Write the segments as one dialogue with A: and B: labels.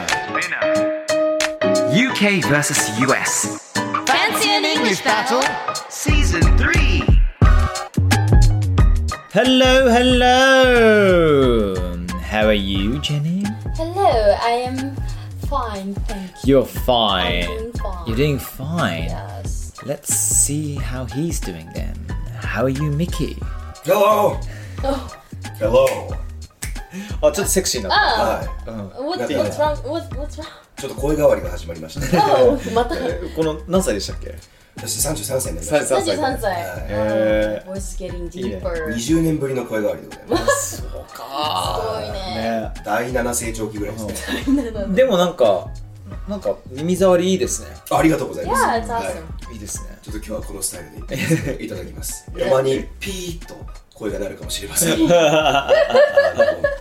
A: Spinner.
B: UK versus US.
C: Fancy an English battle?
B: Season 3.
A: Hello, hello. How are you, Jenny?
C: Hello, I am fine, thank
A: You're fine.
C: I'm
A: You're doing
C: doing fine.
A: fine.
C: us.
A: Let's see how he's doing then. How are you, Mickey?
D: Hello. Hello.
A: あ、ちょっとセクシー
C: Ah.
A: な。
D: はい。
A: Oh.
C: What,
D: Yeah.
C: what's wrong? What, what's wrong?
D: ちょっと声変わりが始まりました、ね。
C: Oh, ま た
A: この何歳でしたっ け
D: 私三十三歳になりました。
C: 33歳。
A: え
C: Voice getting deeper.
D: 二
C: す
D: 十年ぶりの声変わりでございます。
C: ごいね。
A: ね
D: 第七成長期ぐらいですね。
A: でもなんか、なんか耳障りいいですね。
D: ありがとうございます。
C: Yeah, it's
D: はい
C: awesome.
A: いいですね。
D: ちょっと今日はこのスタイルでいただきます。たまにピーッと声が鳴るかもしれません。あの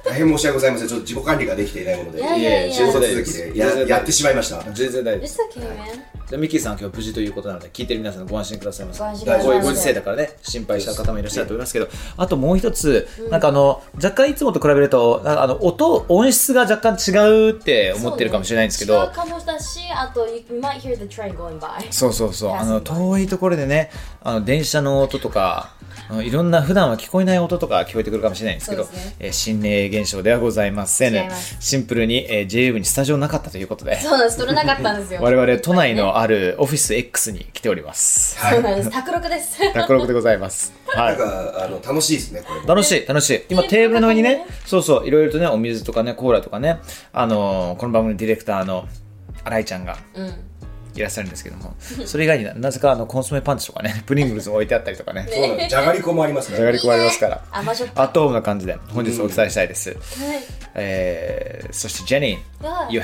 D: 大変申し訳ございません。ちょっと自己管理ができていないもので、
C: いやいやいや
D: 仕事続きでややってしまいました。
A: 全然大丈夫です。
C: It's okay, man.
A: じゃあミッキーさんは今日無事ということなので聞いてる皆さんご安心くださいませ
C: ご安心く
D: ださい
A: こういうご時世だからね心配した方もいらっしゃると思いますけどあともう一つ、なんかあの若干いつもと比べるとなんかあの音音質が若干違うって思ってるかもしれないんですけ
C: そう
A: ど
C: ね違うかもだし、あと、you might hear the train going by.
A: そうそうそうあの
C: 確か
A: 遠いところでねあの電車の音とかあのいろんな普段は聞こえない音とか聞こえてくるかもしれないんですけど
C: そうですね
A: えー心霊現象ではございません
C: 違います
A: シンプルに、えー、JA 部にスタジオなかったということで
C: そうなんです。取れなかった んですよ。
A: 我々都内のあるオフィス X に来ております
C: そうなんです。卓録です。
A: 卓録でございます。は
D: なん
A: い。
D: かあの楽しいですね。これも。
A: 楽しい、楽しい。今、テーブルの上にね、そうそう、いろいろとね、お水とかね、コーラとかね、あのーこの番組のディレクターの新井ちゃんが
C: うん。
A: いらっしゃるんですけども、それ以外にななぜかあのコンソメパンチとかね、 プリングルズも置いてあったりとかね、
D: そうなんですじゃがりこもありますか
A: じゃが
D: ら。
A: りこありますから、
C: 甘じょっぱ
A: アットホームな感じで、本日お伝えしたいです。
C: はい。
A: えー、そして、ジェニー、
C: Yeah.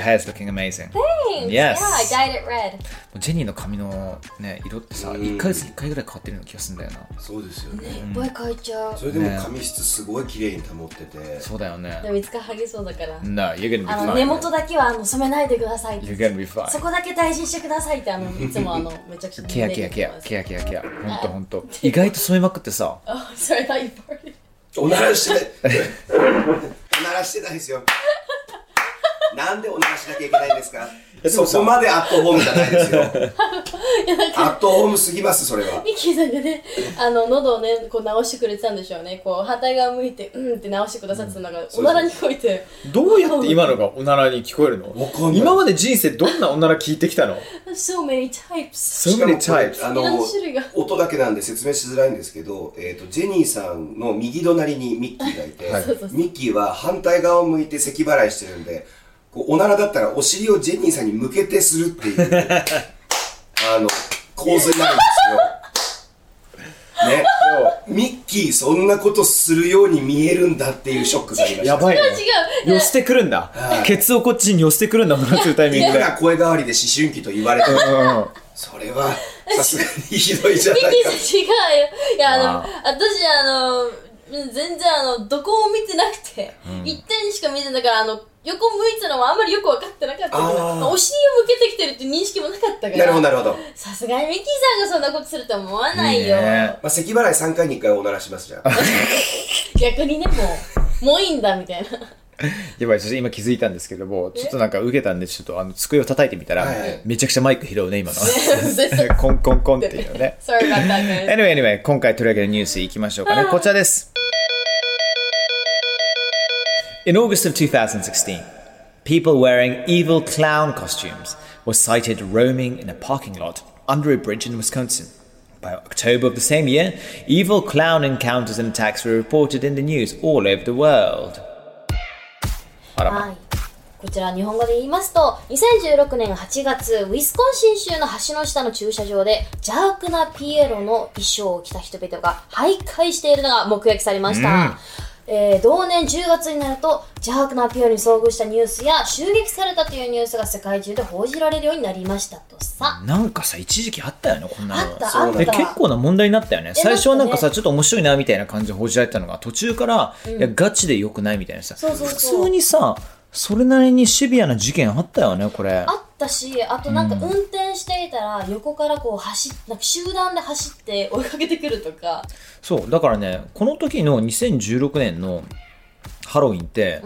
A: Your hair's looking amazing.
C: Thanks.
A: Yes.
C: Yeah, I dyed it red.
A: ジェニーの髪のね、色ってさ、1ヶ月に1回ぐらい変わってるような気がするんだよな。
D: そうですよね。
C: もう一回いっちゃう。
D: それでも髪質すごい綺麗に保ってて。
A: そうだよね
C: で。もいつか剥げそうだから。
A: No, you're gonna be
C: あの根
A: fine.
C: 元だけはあの染めないでくださいって
A: You're gonna be fine.
C: そこだけ大事にしてくださいってあのいつもあのめちゃくちゃ
A: ケアケアケア
C: ア
A: ケアケアケアほんとほんと意外と染めまくってさ
C: Sorry, I thought you farted
D: おならしてない。おならしてないですよ。なんでおならしなきゃいけないんですか。そこまでアットホームじゃないですよ。アットホームすぎます、それは。
C: ミッキーさんがねあの喉をねこう直してくれてたんでしょうねこう反対側向いてうんって直してくださってたのがおならに聞こえて
A: どうやって今のがおならに聞こえるの
D: わかんない
A: 今まで人生どんなおなら聞いてき たの
C: So many types
A: So many
D: しかもこれ
A: types
D: あ
C: いろん
D: の
C: な種類が
D: 音だけなんで説明しづらいんですけど、えー、とジェニーさんの右隣にミッキーがいて、ミッキーは反対側を向いて咳払いしてるんでこうおならだったらお尻をジェニーさんに向けてするっていう あの構図になるんですよ。ね、ミッキーそんなことするように見えるんだっていうショックがありました。
A: やばいね
C: 違う
A: 寄せてくるんだケツをこっちに寄せてくるんだおならするタイミン
D: い
A: グ
D: く
A: で
D: ら声変わりで思春期と言われても、それはさすがにひどいじゃない
C: ミッキー。さ
D: か
C: ん違うよいやあの
A: あ
C: 私あの全然あのどこも見てなくて、一点しか見てなからあの横向いてたのもあんまりよく分かってなかったけど
D: あー
C: お尻を向けてきてるって認識もなかったから
D: なるほどなるほど。
C: さすがにミッキーさんがそんなことするとは思わないよ。
A: ね
D: まあ、咳払い3回に1回おならしますじゃん。
C: 逆にね、もう、もういいんだみたいな。
A: やばいそして今気づいたんですけどもちょっとなんか受けたんでちょっとあの机を叩いてみたら
D: はいはい
A: めちゃくちゃマイク拾うね 今の
C: Sorry
A: コンコンコンっていうの ね
C: about that, guys.
A: Anyway, anyway, 今回取り上げるニュースいきましょうかね。こちらです。In August of 2016, people wearing evil clown costumes were cited roaming in a parking lot under a bridge in Wisconsin. By October of the same year, evil clown encounters and attacks were reported in the news all over the world. あらま。
C: はい。こちら日本語で言いますと、2016年8月、ウィスコンシン州の橋の下の駐車場で、邪悪なピエロの衣装を着た人々が徘徊しているのが目撃されました。えー同年10月になると邪悪なピオに遭遇したニュースや襲撃されたというニュースが世界中で報じられるようになりましたとさ
A: なんかさ一時期あったよねこんなの
C: あった
A: そう
C: あった
A: で結構な問題になったよね
C: たね
A: 最初はなんかさちょっと面白いなみたいな感じで報じられてたのが途中から、いやガチでよくないみたいなさ
C: そうそうそう
A: 普通にさそれなりにシビアな事件あったよねこれ
C: あったしあとなんか運転していたら横からこう走っなんか集団で走って追いかけてくるとか
A: そうだからねこの時の2016年のハロウィンって、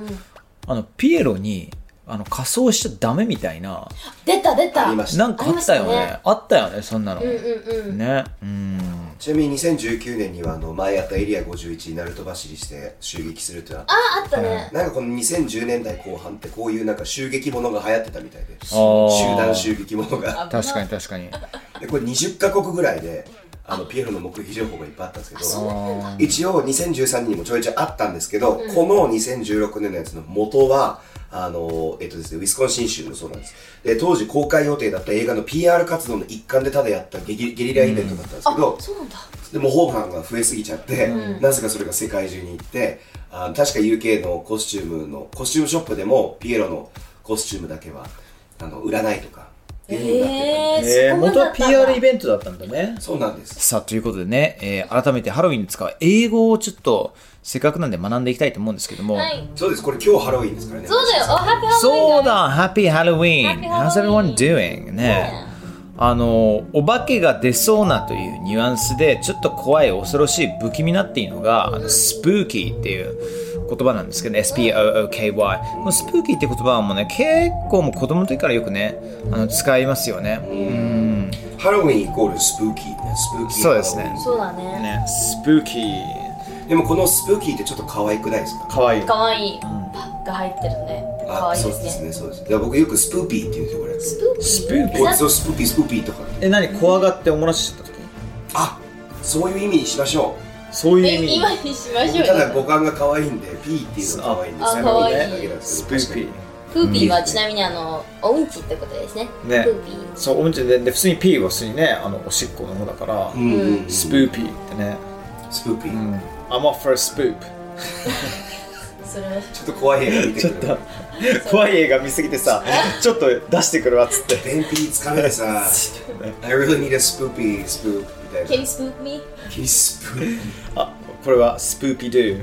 A: あのピエロにあの仮装しちゃダメみたいな
C: 出た出た
D: ありまし
A: な
D: た
A: んかあったよねあ
C: ありま
A: っ
C: したね
A: たよねそんなの、
C: うんうんうん
A: ねうん
D: ちなみに2019年にはあの前やったエリア51に鳴門走りして襲撃するっていうのは
C: ああったね、
D: なんかこの2010年代後半ってこういうなんか襲撃ものが流行ってたみたいで集
A: ー
D: 団襲撃ものが
C: 危ない
A: 確かに確かに
D: でこれ20カ国ぐらいであのピエロの目撃情報がいっぱいあったんですけ
C: そう
D: ど
C: なんだ
D: 一応2013年にもちょいちょいあったんですけど、この2016年のやつの元はあのえっとですねウィスコンシン州のそうなんですで当時公開予定だった映画の PR 活動の一環でただやったゲリゲリライベントだったんですけど、
C: そうなんだ
D: で模倣犯が増えすぎちゃって、なぜかそれが世界中に行ってあ確か UK のコスチュームのコスチュームショップでもピエロのコスチュームだけはあの売らないとかいう風になってたんで
C: えー、そこまでだったんだ
A: ベントだったんだね
D: そうなんです
A: さあということでね、えー改めてハロウィンに使う英語をちょっとせっかくなんで学んでいきたいと思うんですけども、
C: はい
D: そうですこれ今日ハロウィンですからね
C: そうだよおハッピーハロウィン
A: そうだ Happy Halloween!
C: Happy
A: How's everyone
C: Halloween
A: doing? ねあのお化けが出そうなというニュアンスでちょっと怖い恐ろしい不気味なっていうのがあのスプーキーっていう言葉なんですけど、ね、SPOOKY このスプーキーって言葉はもうね結構もう子供の時からよくねあの使いますよね、うん、
D: ハロウィンイコールスプーキーねスプーキー
A: そうですね
C: そうだね
A: ねスプーキー
D: でもこのスプーキーってちょっと可愛くないですか
A: かわいい
C: かわいいパッが入ってるねかわいいですね
D: そうですねそうですねで僕よくスプーピーって言うんですよこ
A: スプー
D: れごちそうスプーピースプーピーとか
A: え何怖がっておもらしちゃった時
D: あそういう意味にしましょう
A: そう
C: え今にしましょう
D: ただ
C: よ
D: 語感が可愛いんでピーっていうのが可愛いんです
C: あ可愛い
D: ハロウィンだけなんですけど確かに
C: プーピーはちなみにあのおうんちってことですね
A: ね
C: プーピー
A: そうおもちゃでで普通にピーは普通にねあのおしっこの方だから、
D: うんうんうん
A: スプーピーってね、
D: スプーピー、
A: うん、I'm up for a spoop
C: それ
D: ちょっと怖い映画見てくる
A: 怖い映画見すぎてさちょっと出してくるわっつって
D: 便秘つかめ てさ I really need a spoopy spoop みたいな
C: Can you spook me?
D: スプー
A: あこれはスプーピードゥ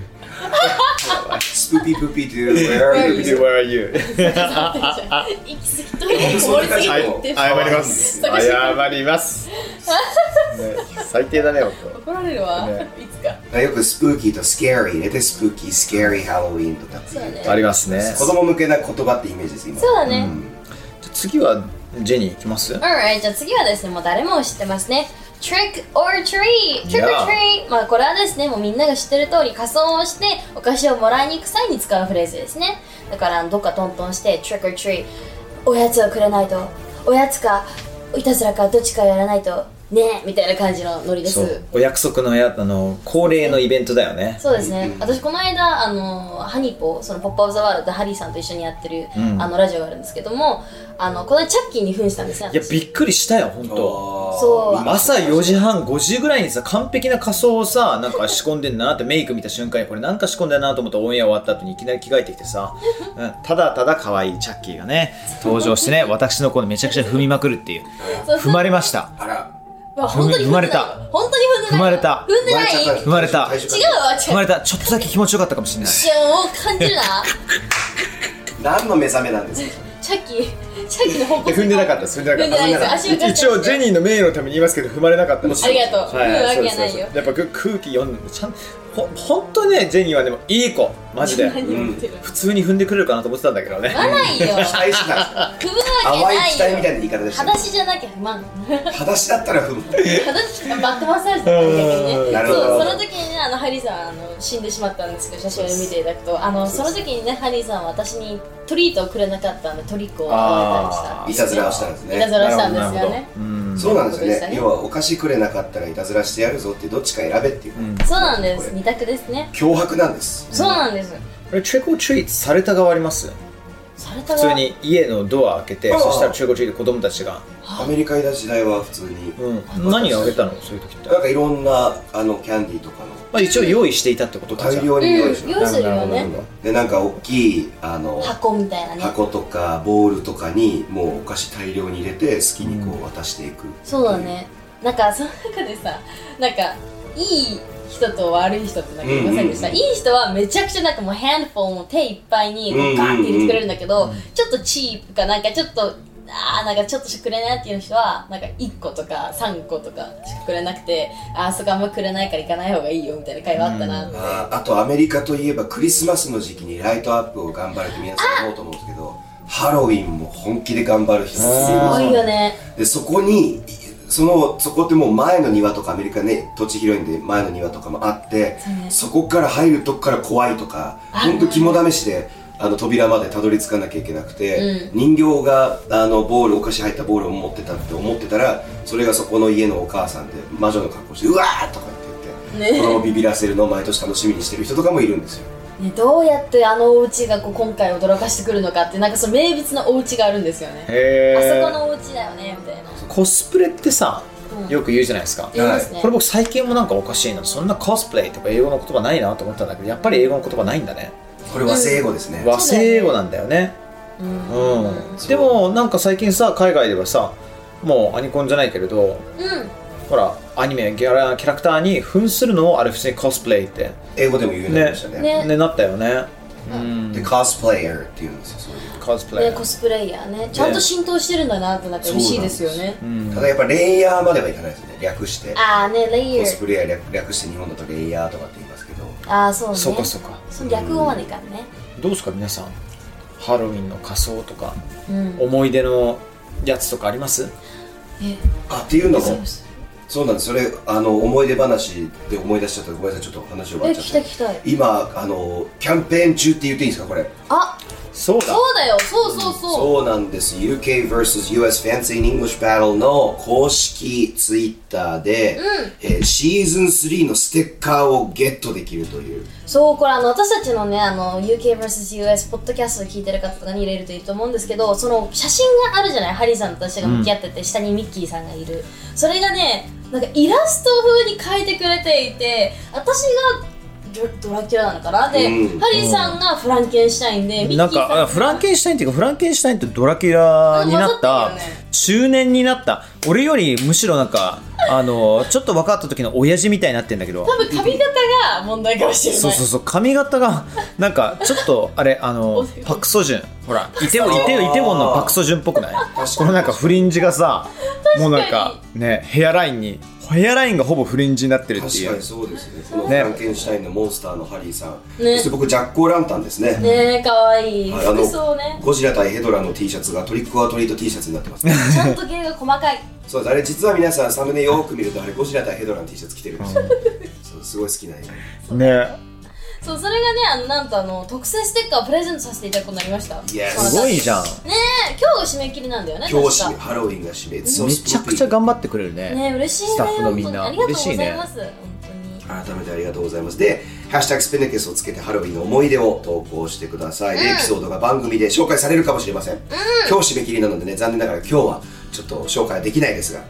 D: スプーピープーピー do where are you?
A: ー where are you?
C: 行き過ぎとりこぼれすぎるって
D: はい
A: 謝ります謝り ます、ね最低だね僕
C: 怒られるわ
A: ね
C: いつか
D: よくスプーキーとスケーリー入れてスプーキー、スケーリーハロウィンとかって
C: そうだ
D: いう
C: ね
A: ありますね
D: 子供向けな言葉ってイメージです今
C: そうだね
A: 次はジェニー行きます
C: Alright じゃあ次はですねもう誰も知ってますね Trick or treat! Trick or
A: Yeah.
C: treat! まあこれはですねもうみんなが知ってる通り仮装をしてお菓子をもらいに行く際に使うフレーズですねだからどっかトントンして Trick or treat おやつをくれないとおやつかいたずらかどっちかやらないとねみたいな感じのノリです
A: そうお約束のやあの恒例のイベントだよね
C: そうですね、私この間あのハニポそのポップオブザワールドでハリーさんと一緒にやってる、あのラジオがあるんですけどもあのこの間チャッキーに扮したんですね
A: いや
C: 私
A: びっくりしたよ本当
C: そう
A: 朝4時半5時ぐらいにさ完璧な仮装をさなんか仕込んでんなってメイク見た瞬間にこれなんか仕込んでんなと思ってオンエア終わった後にいきなり着替えてきてさ、うん、ただただ可愛いチャッキーがね登場してね私の子にめちゃくちゃ踏みまくるっていう
C: そう
A: 踏まれました
D: あら
C: まあ本当に
A: 踏まれた
C: 踏んでない本当に踏んでない
A: 踏まれた
C: 踏んでない違う
D: 生
C: わ
A: 踏まれた踏
C: 違
A: まれた
C: う
A: ちょっとだけ気持ちよかったかもしれない
C: 違うもう感じるな
D: 何の目覚めなんですか
C: チャッキーチャッキーの方向性
A: です踏んで
C: 踏んでないです足浮かして
A: ニーの名誉のために言いますけど踏まれなかったで
C: ありがとう、踏むわけ
A: そうで
C: が
A: す
C: ないよ
A: そうですやっぱく空気読んでちゃんほ本当ねジェニーはでもいい子マジで
C: 何言ってる
A: 普通に踏んでくれるかなと思ってたんだけどね
C: 踏ま ないよ
D: 期待してたんです
C: 踏むわ
D: 淡
C: け
D: い期待
C: な
D: み
C: い
D: たい
C: よ
D: な言い方でした
C: 裸足じゃなきゃ踏まん
D: 裸足だったら踏む
C: 裸足ってバックマッサージだったんだけどね
D: なるほ
C: そう
D: ど
C: その時にねあのハリーさんはあの死んでしまったんですけど写真を見ていただくとあのその時にねハリーさんは私にトリートをくれなかったんでトリックを与えたり
D: い
C: した
D: たずらをしたんです
C: いた
D: ね
C: ずらしたんですよ
A: なる
C: ね
A: ほどうん
D: そうなんです
C: そうでし
D: よ
C: た
D: ね
C: ね
D: 要はお菓子くれなかったらいたずらしてやるぞってどっちか選べっていう
C: そうなんで
D: こ
C: す
D: れ
C: 二択ですね
D: 脅迫なんです
C: そうなんです
A: これチェコチュイートされた側あります
C: さ体
A: 普通
C: が
A: に家のドア開けて
D: ああ
A: そしたら中国中で子供たちが、
D: アメリカいた時代は普通に、
A: うん、何をあげたのそういう時って、
D: なん
A: ま
D: かいろんなあのキャンディーとかの
A: あ、一応用意していたってことかじゃ
D: 大
A: あ
D: 量に用意して
C: うん用意するよね
D: なほどでなんか大きいあの
C: 箱みたいなね
D: 箱とかボールとかにもうお菓子大量に入れて好きにこう渡していく、
C: そうだねなんかその中でさなんかいい人と悪い人ってなんかいませんでした、
D: うんう
C: いい人はめちゃくちゃなんかもうヘンドフォンを手いっぱいにこうガーって入れてくれるんだけど、ちょっとチープかなんかちょっとあーなんかちょっとしかくれないっていう人はなんか1個とか3個とかしかくれなくてあーそこあんまくれないから行かない方がいいよみたいな会話あったなって、
D: あーあとアメリカといえばクリスマスの時期にライトアップを頑張るって皆さん思うと思うんですけどハロウィンも本気で頑張る人
C: すごいよね
D: でそこにそのそこってもう前の庭とかアメリカね土地広いんで前の庭とかもあって
C: そうね
D: そこから入るとこから怖いとか本当肝試しであの扉までたどり着かなきゃいけなくて、人形があのボールお菓子入ったボールを持ってたって思ってたらそれがそこの家のお母さんで魔女の格好して「うわー!」とか言って言って、
C: ね
D: 子供ビビらせるのを毎年楽しみにしてる人とかもいるんですよ
C: ね、どうやってあのお家がこう今回驚かしてくるのかってなんかその名物のお家があるんですよねあそ
A: へ
C: こ
A: ー
C: のお家だよねみたいな
A: コスプレってさ
C: うん
A: よく言うじゃないですか、
C: 言いますね
A: これ僕最近もなんかおかしいなそんなコスプレとか英語の言葉ないなと思ったんだけどやっぱり英語の言葉ないんだね
D: これ和製英語ですね、
A: 和製英語なんだよね
C: うん
A: うん、でもなんか最近さ海外ではさもうアニコンじゃないけれど
C: うん
A: ほらアニメキャラキャラクターに扮するのをあれ普通にコスプレイって、
D: 英語でも言うようになりましたね
C: ね
A: ね、なったよね
D: でコスプレイヤーって言うんですよそういう
A: コスプレイ、
C: ね、コスプレイヤーねちゃんと浸透してるんだなってなんか嬉しいですよね
D: ただやっぱレイヤーまではいかないですね略して
C: ああねレイヤ
D: コス
C: ー
D: プレイヤー略略して日本だとレイヤーとかって言いますけど
C: ああそうね
A: そうかそうか
C: その略語までいかんね
A: どうですか皆さんハロウィンの仮装とか
C: うん
A: 思い出のやつとかあります
C: え
D: あっていうの
C: そう
D: もそうなんですそれあの思い出話で思い出しちゃったごめんなさいちょっと話終わ
C: え
D: っ
C: 聞
D: ちゃっ
C: き
D: た
C: たい聞きたい
D: 今あのキャンペーン中って言っていいんですかこれ
C: あ
A: そうだ
C: そうだよそうそうそう
D: そうなんです UKVSUS Fancy in English Battle の公式ツイッターで、えーシーズン3のステッカーをゲットできるという
C: そうこれあの私たちのねあの UKVSUS ポッドキャストを聞いてる方とかに入れるといると思うんですけどその写真があるじゃないハリーさんと私が向き合ってて、下にミッキーさんがいるそれがねなんかイラスト風に描いてくれていて私がドドラキュラなのかなで、
D: うん
C: ハリーさんがフランケンシュタインで、ミ
A: な
C: ッ
A: ん
C: キーさん
A: かあフランケンシュタインっていうかフランケンシュタインとドラキュラになった
C: 混ざってるよね
A: 中年になった俺よりむしろなんかあのちょっと分かった時の親父みたいになってんだけど
C: 多分髪型が問題かもしれない
A: そうそうそう髪型がなんかちょっとあれあのパクソジュンほらイテウォンイテウォンイテウォンのパクソジュンっぽくない
D: に
A: このなんかフリンジがさもうなんかねヘアラインにヘアラインがほぼフリンジになってるって
D: 確
A: い
D: か
A: う
D: にそうですねこのフ
A: ね
D: ランケンシュタインのモンスターのハリーさん、
C: ね
D: そして僕ジャック・オーランタンですね
C: ねえかわいい
D: はいあの
C: 服装ね
D: ゴジラ対ヘドラの T シャツがトリックオアトリート T シャツになってます、ね、
C: ちゃんと芸が細かい
D: そうですあれ実は皆さんサムネよく見るとあれゴジラ対ヘドラの T シャツ着てるんですよそうすごい好きな映
A: ね
C: そうそれがねあのなんとあの特製ステッカーをプレゼントさせていただくことになりました
D: いや
C: そうなん
A: す
C: です
A: ごいじゃん
C: ねえ今日が締め切りなんだよね
D: 画今日締
C: 確
D: め
C: か
D: ハロウィンが締め
A: めちゃくちゃ頑
D: 頑
A: 張ってくれるね
C: ねえ嬉しいね
A: スタッフのみんな
C: 本当にありが
A: 嬉
C: とう
A: し
C: ご
A: い
C: ざ
A: ね
C: います、本当に
D: 改めてありがとうございますで「ハッシュタグスペネケス」をつけてハロウィンの思い出を投稿してください、でエピソードが番組で紹介されるかもしれません、今日締め切りなのでね残念ながら今日はちょっと紹介はできないですが、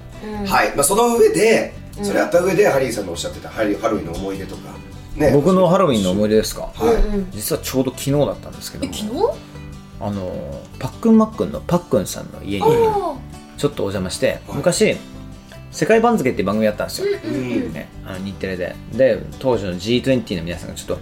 D: はい、まあ、その上でそれあった上で、ハリーさんのおっしゃってたハリーハロウィンの思い出とかね
A: 僕のハロウィンの思い出ですか
D: はい、
A: 実はちょうど昨日だったんですけど
C: え昨日
A: あのパックンマックンのパックンさんの家に
C: あ
A: ちょっとお邪魔して昔「世界番付」っていう番組やったんですよ、
D: うん
A: ね、あの日テレでで当時の G20 の皆さんがちょっと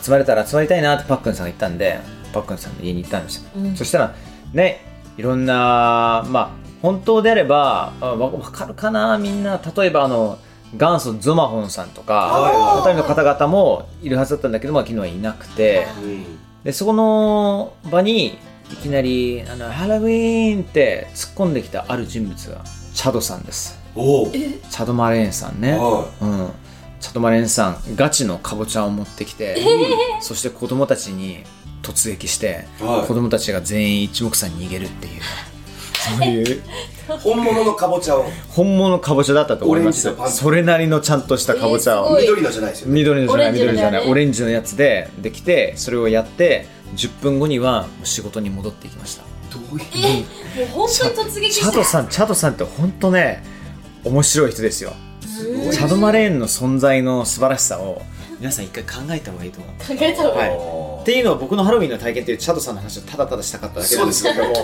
A: 集まれたら集まりたいなってパックンさんが言ったんでパックンさんの家に行ったんですよ、そしたらねいろんなまあ本当であればあわわかるかなみんな例えばあの元祖ゾマホンさんと
D: はいはい
A: かあたりの方々もいるはずだったんだけど、まあ、昨日はいなくて
D: うん
A: でそこの場にいきなりあの「ハロウィーン!」って突っ込んできたある人物がチャドさんです
D: おお
A: チャドマレーンさんね
D: は
A: うん、チャトマレンさんガチのかぼちゃを持ってきて、そして子供たちに突撃して、
D: はい
A: 子供たちが全員一目散に逃げるっていうそういう
D: 本物のかぼちゃを
A: 本物のかぼちゃだったと思います
D: オレンジのパンツ
A: それなりのちゃんとしたかぼちゃ
C: えーすご
A: を
C: い
D: 緑のじゃないですよね
A: 緑のじゃない緑のじゃな
C: オレンジのだよ
A: い
C: ね
A: オレンジのやつでできてそれをやって10分後にはもう仕事に戻っていきました
D: どういう
C: えもう本当に突撃
A: チ
C: し
A: ャド
C: た
A: さんチャドさんって本当ね面白い人ですよ
D: すごい
A: チャドマレーンの存在の素晴らしさを皆さん一回考えた方がいいと思う
C: 考えた方がいい
A: はい、っていうのは僕のハロウィンの体験っていうチャドさんの話をただただしたかっただけなんですけども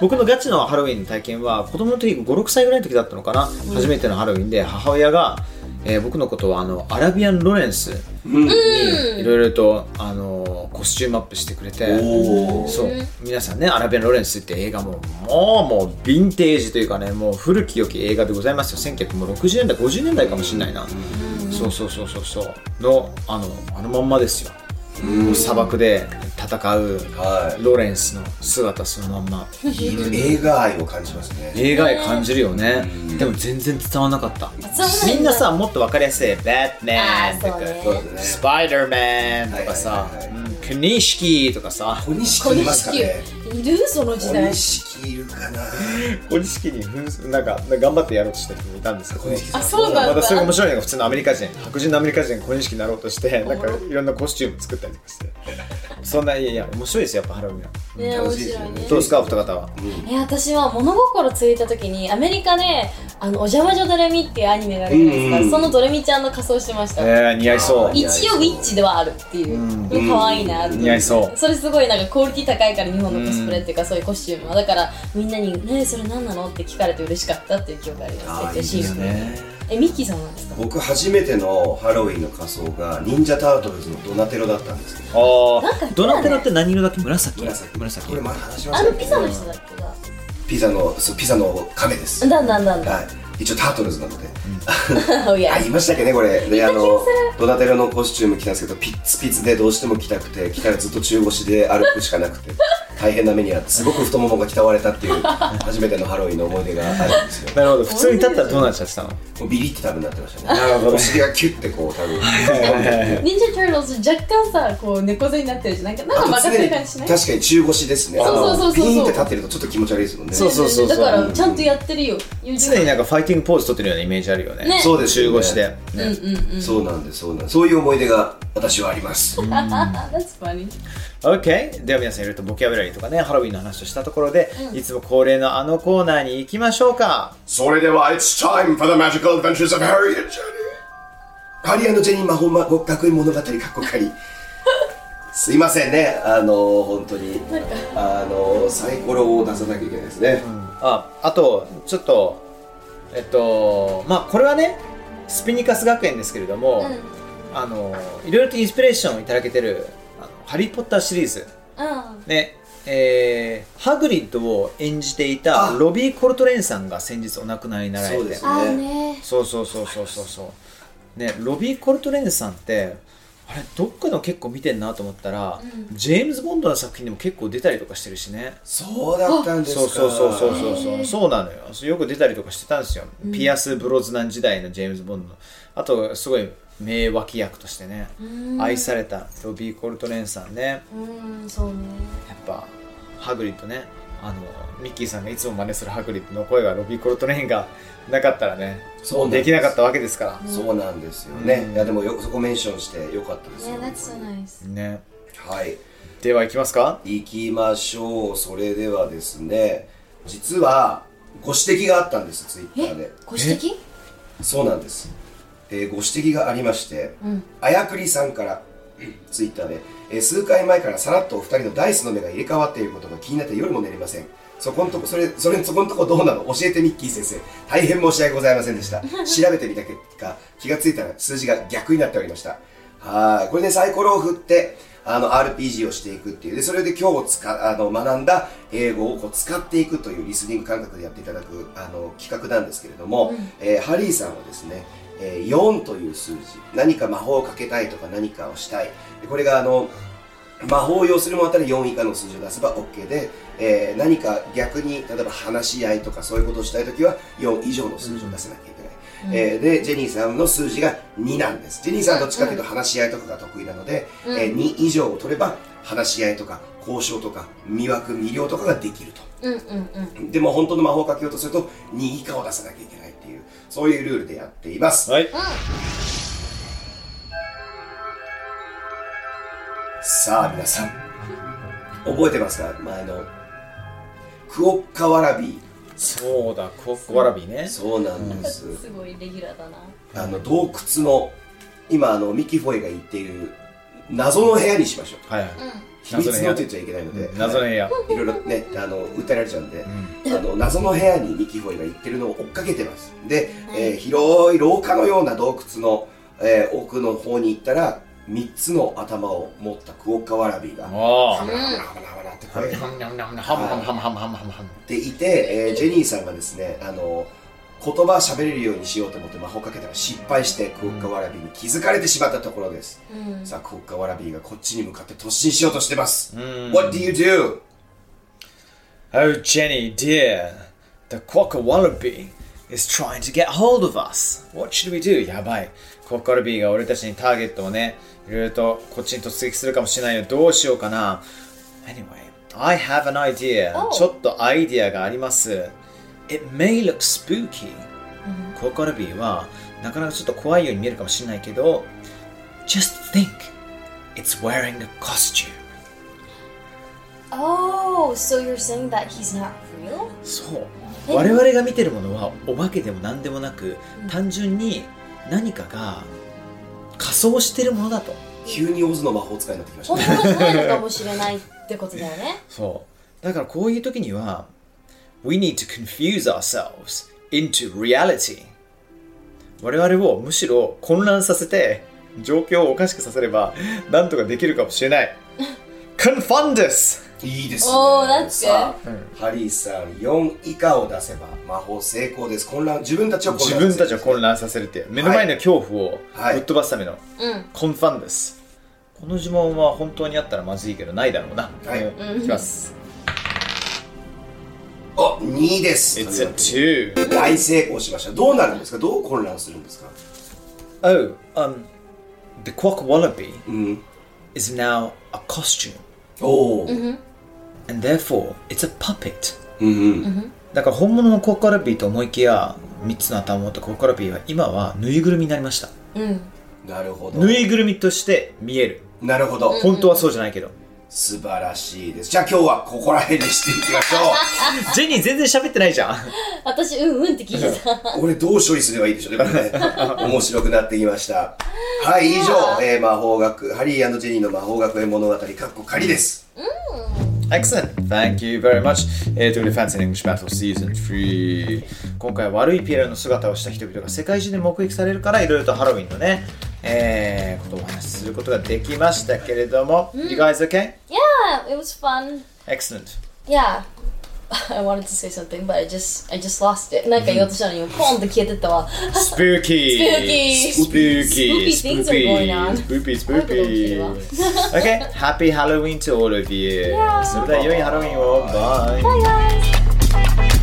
A: 僕のガチのハロウィンの体験は子供の時56歳ぐらいの時だったのかな、初めてのハロウィンで母親が、えー僕のことをあのアラビアン・ロレンス
D: うん
A: にいろいろと、あのーコスチュームアップしてくれて
D: おー
A: そう皆さんねアラビアン・ロレンスって映画ももうもうヴィンテージというかねもう古き良き映画でございますよ1960年代50年代かもしれないな、そうそうそうそうそうのあのあのまんまですよ
D: うん
A: 砂漠で戦う
D: はい
A: ロレンスの姿そのまんま
D: 映画愛を感じますね
A: 映画へ感じるよね
D: うん
A: でも全然伝わらなかった
C: わらないんだ
A: みんなさもっと分かりやすい「バットマン」と
C: あー
A: か
C: そうね
D: そうで
A: 「
D: す
A: ス
D: ね
A: パイダーマン」とかさ
D: はいはいはいは
A: 「クニシキ」とかさ
D: 小錦いますかね
C: いるその時
D: 小
C: 代
D: 錦いるかな
A: 小錦にふんなんか頑張ってやろうとした人もいたんですけど
D: 小錦さん
C: あそうなんだ
A: またそれが面白いのが普通のアメリカ人白人のアメリカ人が小錦になろうとしてなんかいろんなコスチューム作ったりとかしてそんないやいや面白いですよやっぱハロウィンは
C: ね面
D: 楽しいです
C: 白
D: よ
C: い
D: ね
C: ね
A: どうですかお二方は
C: え私は物心ついた時にアメリカで「あのお邪魔女ドレミ」っていうアニメがあるじゃないですか、
D: うんうん
C: そのドレミちゃんの仮装してました、
A: えー、似合いそう
C: 一応ウィッチではあるっていう、可愛いなっていう
A: 似合いそう
C: それすごいなんかクオリティ高いから日本のコスプレっていうかそういうコスチュームはだからみんなに「ねえそれ何なの?」って聞かれて嬉しかったっていう記憶があります
D: あー
C: めっちゃ
D: いいで
C: 私
D: す
C: 服えミッキーさんなんですか
D: 僕初めてのハロウィンの仮装が忍者タートルズのドナテロだったんですけど
A: あ
C: なんか言ってた
A: あ、
C: ね
A: ドナテロって何色だっけ紫
D: 紫
A: 紫
D: これ前話しま
C: あ
D: し
C: の
D: たよね
C: ピザの人だっけが
D: ピザのそうピザの亀ですは
C: だんだんだんだん
D: い一応タートルズなので、
C: おや
D: あ言いましたっけねこれであ
C: 気が
D: のドナテロのコスチューム着たんですけどピッツピツでどうしても着たくて着たらずっと中腰で歩くしかなくて 大変な目にあってすごく太ももが鍛われたっていう初めてのハロウィンの思い出があるんですよ
A: なるほど、普通に立ったらどうなっちゃってたの
D: もうビリって多分なってましたね
A: なるほど
D: お尻がキュッてこう多分
C: 忍者タートルズ若干さこう猫背になってるじゃんなんかなんか曲がってる感じしない
D: 確かに中腰ですね
C: そうそうそうそう
D: あのピーンって立ってるとちょっと気持ち悪いですもんね
A: そうそうそうそう
C: だからちゃんとやってるよ
A: 常になんかファイティングポーズ取ってるようなイメージあるよね
C: ね
D: そうですよ
A: 中
D: ね
A: 腰で、ね
D: そうなんですそうなんですそういう思い出が私はあります
C: あ That's funny
A: OK では皆さんいろいろとボキャブラリーとかねハロウィンの話をしたところで、いつも恒例のあのコーナーに行きましょうか
D: それでは It's time for the magical adventures of Harry and Jenny ハリージェニー魔法魔学園物語かっこか りすいませんねあの本当にあのサイコロを出さなきゃいけないですね、
A: ああとちょっとえっとまあこれはねスピニカス学園ですけれども、あのいろいろとインスピレーションをいただけてるあのハリー・ポッター」シリーズ
C: うん
A: ねえーハグリッドを演じていた
D: あ
A: ロビー・コルトレーンさんが先日お亡くなりになられて
D: そうです
C: あー
D: ね
C: ね
A: そうそうそうそうそうそうねロビー・コルトレーンさんってあれどっかの結構見てんなと思ったら、ジェームズ・ボンドの作品でも結構出たりとかしてるしね
D: そうだったんですか
A: そうそうそうそうそうそうそうなのよよく出たりとかしてたんですよ、ピアス・ブロズナン時代のジェームズ・ボンドのあとすごい名脇役としてね愛されたロビー・コルトレーンさんね、
C: うんそうね
A: やっぱハグリッドねあのミッキーさんがいつも真似するハグリッドの声がロビー・コルトレーンがなかったらね
D: そうなん
A: で
D: です
A: きなかったわけですか
D: そうなんですよね、いやでもよそこメンションしてよかったです
C: Yeah
D: よ、
C: that's so nice
A: らね
D: はい
A: では行きますか
D: 行きましょうそれではですね実はご指摘があったんですツイッターで
C: ご指摘
D: そうなんです、えーご指摘がありまして、あやくりさんからツイッターで、えー数回前からさらっとお二人のダイスの目が入れ替わっていることが気になって夜も寝れませんそこんとこそれそれそこんとこどうなの教えてミッキー先生大変申し訳ございませんでした調べてみた結果気がついたら数字が逆になっておりましたはいこれねサイコロを振ってあの RPG をしていくっていうでそれで今日つかあの学んだ英語をこう使っていくというリスニング感覚でやっていただくあの企画なんですけれども、えーハリーさんはですね、えー4という数字何か魔法をかけたいとか何かをしたいでこれがあの魔法を要するものあたり4以下の数字を出せば OK で、えー何か逆に例えば話し合いとかそういうことをしたいときは4以上の数字を出せなきゃいけない、えーでジェニーさんの数字が2なんですジェニーさんはどっちかというと話し合いとかが得意なので、えー2以上を取れば話し合いとか交渉とか魅惑魅了とかができると
C: うんうんうん
D: でも本当の魔法をかけようとすると2以下を出さなきゃいけないっていうそういうルールでやっています、
A: Right?
D: さあ皆さん覚えてますか前のクオッカワラビ
A: そうだ、こわらびね。
D: そうなんです、
C: すごいレギュラーだな
D: あの洞窟の今あのミキ・フォイが言っている謎の部屋にしましょう
A: はい。
D: 秘密のって言っちゃいけないので、
A: 謎の部屋。
D: いろいろね、あの訴えられちゃうんで、あの謎の部屋にミキホイが行ってるのを追っかけてます。で、えー広い廊下のような洞窟の、えー奥の方に行ったら、3つの頭を持ったクオッカワラビーが、
A: お
D: ハ
A: ー。
D: ムハムハムハムってこうや
A: ハ
D: っ
A: ムハムハムハムハムハムハム。
D: ていて、えージェニーさんがですね、あの言葉喋れるようにしようと思って魔法かけたら失敗してクオッカワラビーに気づかれてしまったところです。
C: うん
D: さあ、クオッカワラビーがこっちに向かって突進しようとしてます。
A: ん
D: What do you do?
A: Oh, Jenny, dear. The Quackawalabi is trying to get hold of us. What should we do? やばい。コッカルビーが俺たちにターゲットをね、いろいろとこっちに突撃するかもしれないよ。どうしようかな。Anyway, I have an idea.
C: Oh.
A: ちょっとアイディアがあります。It may look spooky. コッカルビーはなかなかちょっと怖いように見えるかもしれないけど、Just think, it's wearing a costume.
C: Oh so you're saying that he's not real?
A: そう
C: え
A: 我々が見てるものはお化けでも何でもなく単純に何かが仮装してるものだと
D: 急にオズの魔法使いになってきました
C: 本
D: ね。
C: 当にないのかもしれないってことだよね
A: そうだからこういう時には We need to confuse ourselves into reality 我々をむしろ混乱させて状況をおかしくさせれば何とかできるかもしれない Confund us!
D: いいですね。
C: おーだって
D: さあ、ハリーさん、4以下を出せば魔法成功です。混乱、自分たちを混
A: 自
D: 乱
A: 分たちを
D: 乱。
A: 混乱させるっていう目の前の恐怖を
D: はい
A: ぶっ飛ばすための
C: うん
A: コンファンですこの呪文は本当にあったらまずいけどないだろうな
D: はい
A: うんいきます
D: お、2です。
A: It's
D: とい
A: a
D: うわけ
A: two
D: で大成功しました。どうなるんですかどう混乱するんですか
A: Oh, um The Quack Wallaby
D: うん。
A: is now a costume
D: おー。
A: and therefore it's a puppet
D: うんうん。
A: だから本物のコッカラビーと思いきや3つの頭を持ったコッカラビーは今はぬいぐるみになりました
C: うん
D: なるほど。
A: ぬいぐるみとして見える
D: なるほど。
A: 本当はそうじゃないけ ど
D: 素晴らしいです。じゃあ今日はここら辺にしていきまし
A: ジェニー全然喋ってないじゃん
C: 私うんうんって聞いてた
D: ょう。俺どう処理すればいいでしょうね、こ れね。面白くなってきました。はい、以上、えー魔法学、ハリージェニーの魔法学園物語、かっこ仮です。
A: Excellent. Thank you very much. えー、ということで Fancy English Battle Season 3。今回悪いピエロの姿をした人々が世界中で目撃されるから、いろいろとハロウィンのね、えー、ことをお話しすることができましたけれども、You guys okay?
C: Yeah it was fun
A: Excellent.
C: Yeah I wanted to say something but I just I just lost it なんか言おうとしたのにポンって消えてったわ
A: Spooky.
C: Spooky.
A: Spooky.
C: Spooky things are going on.
A: Spooky.
C: 早くど
A: Spooky.
C: う
A: okay. Happy Halloween to all of you. それでは良いハロウィンを。Bye.
C: Bye guys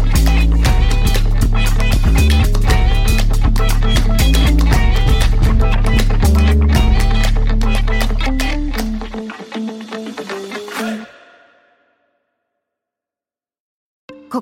E: Spotify こ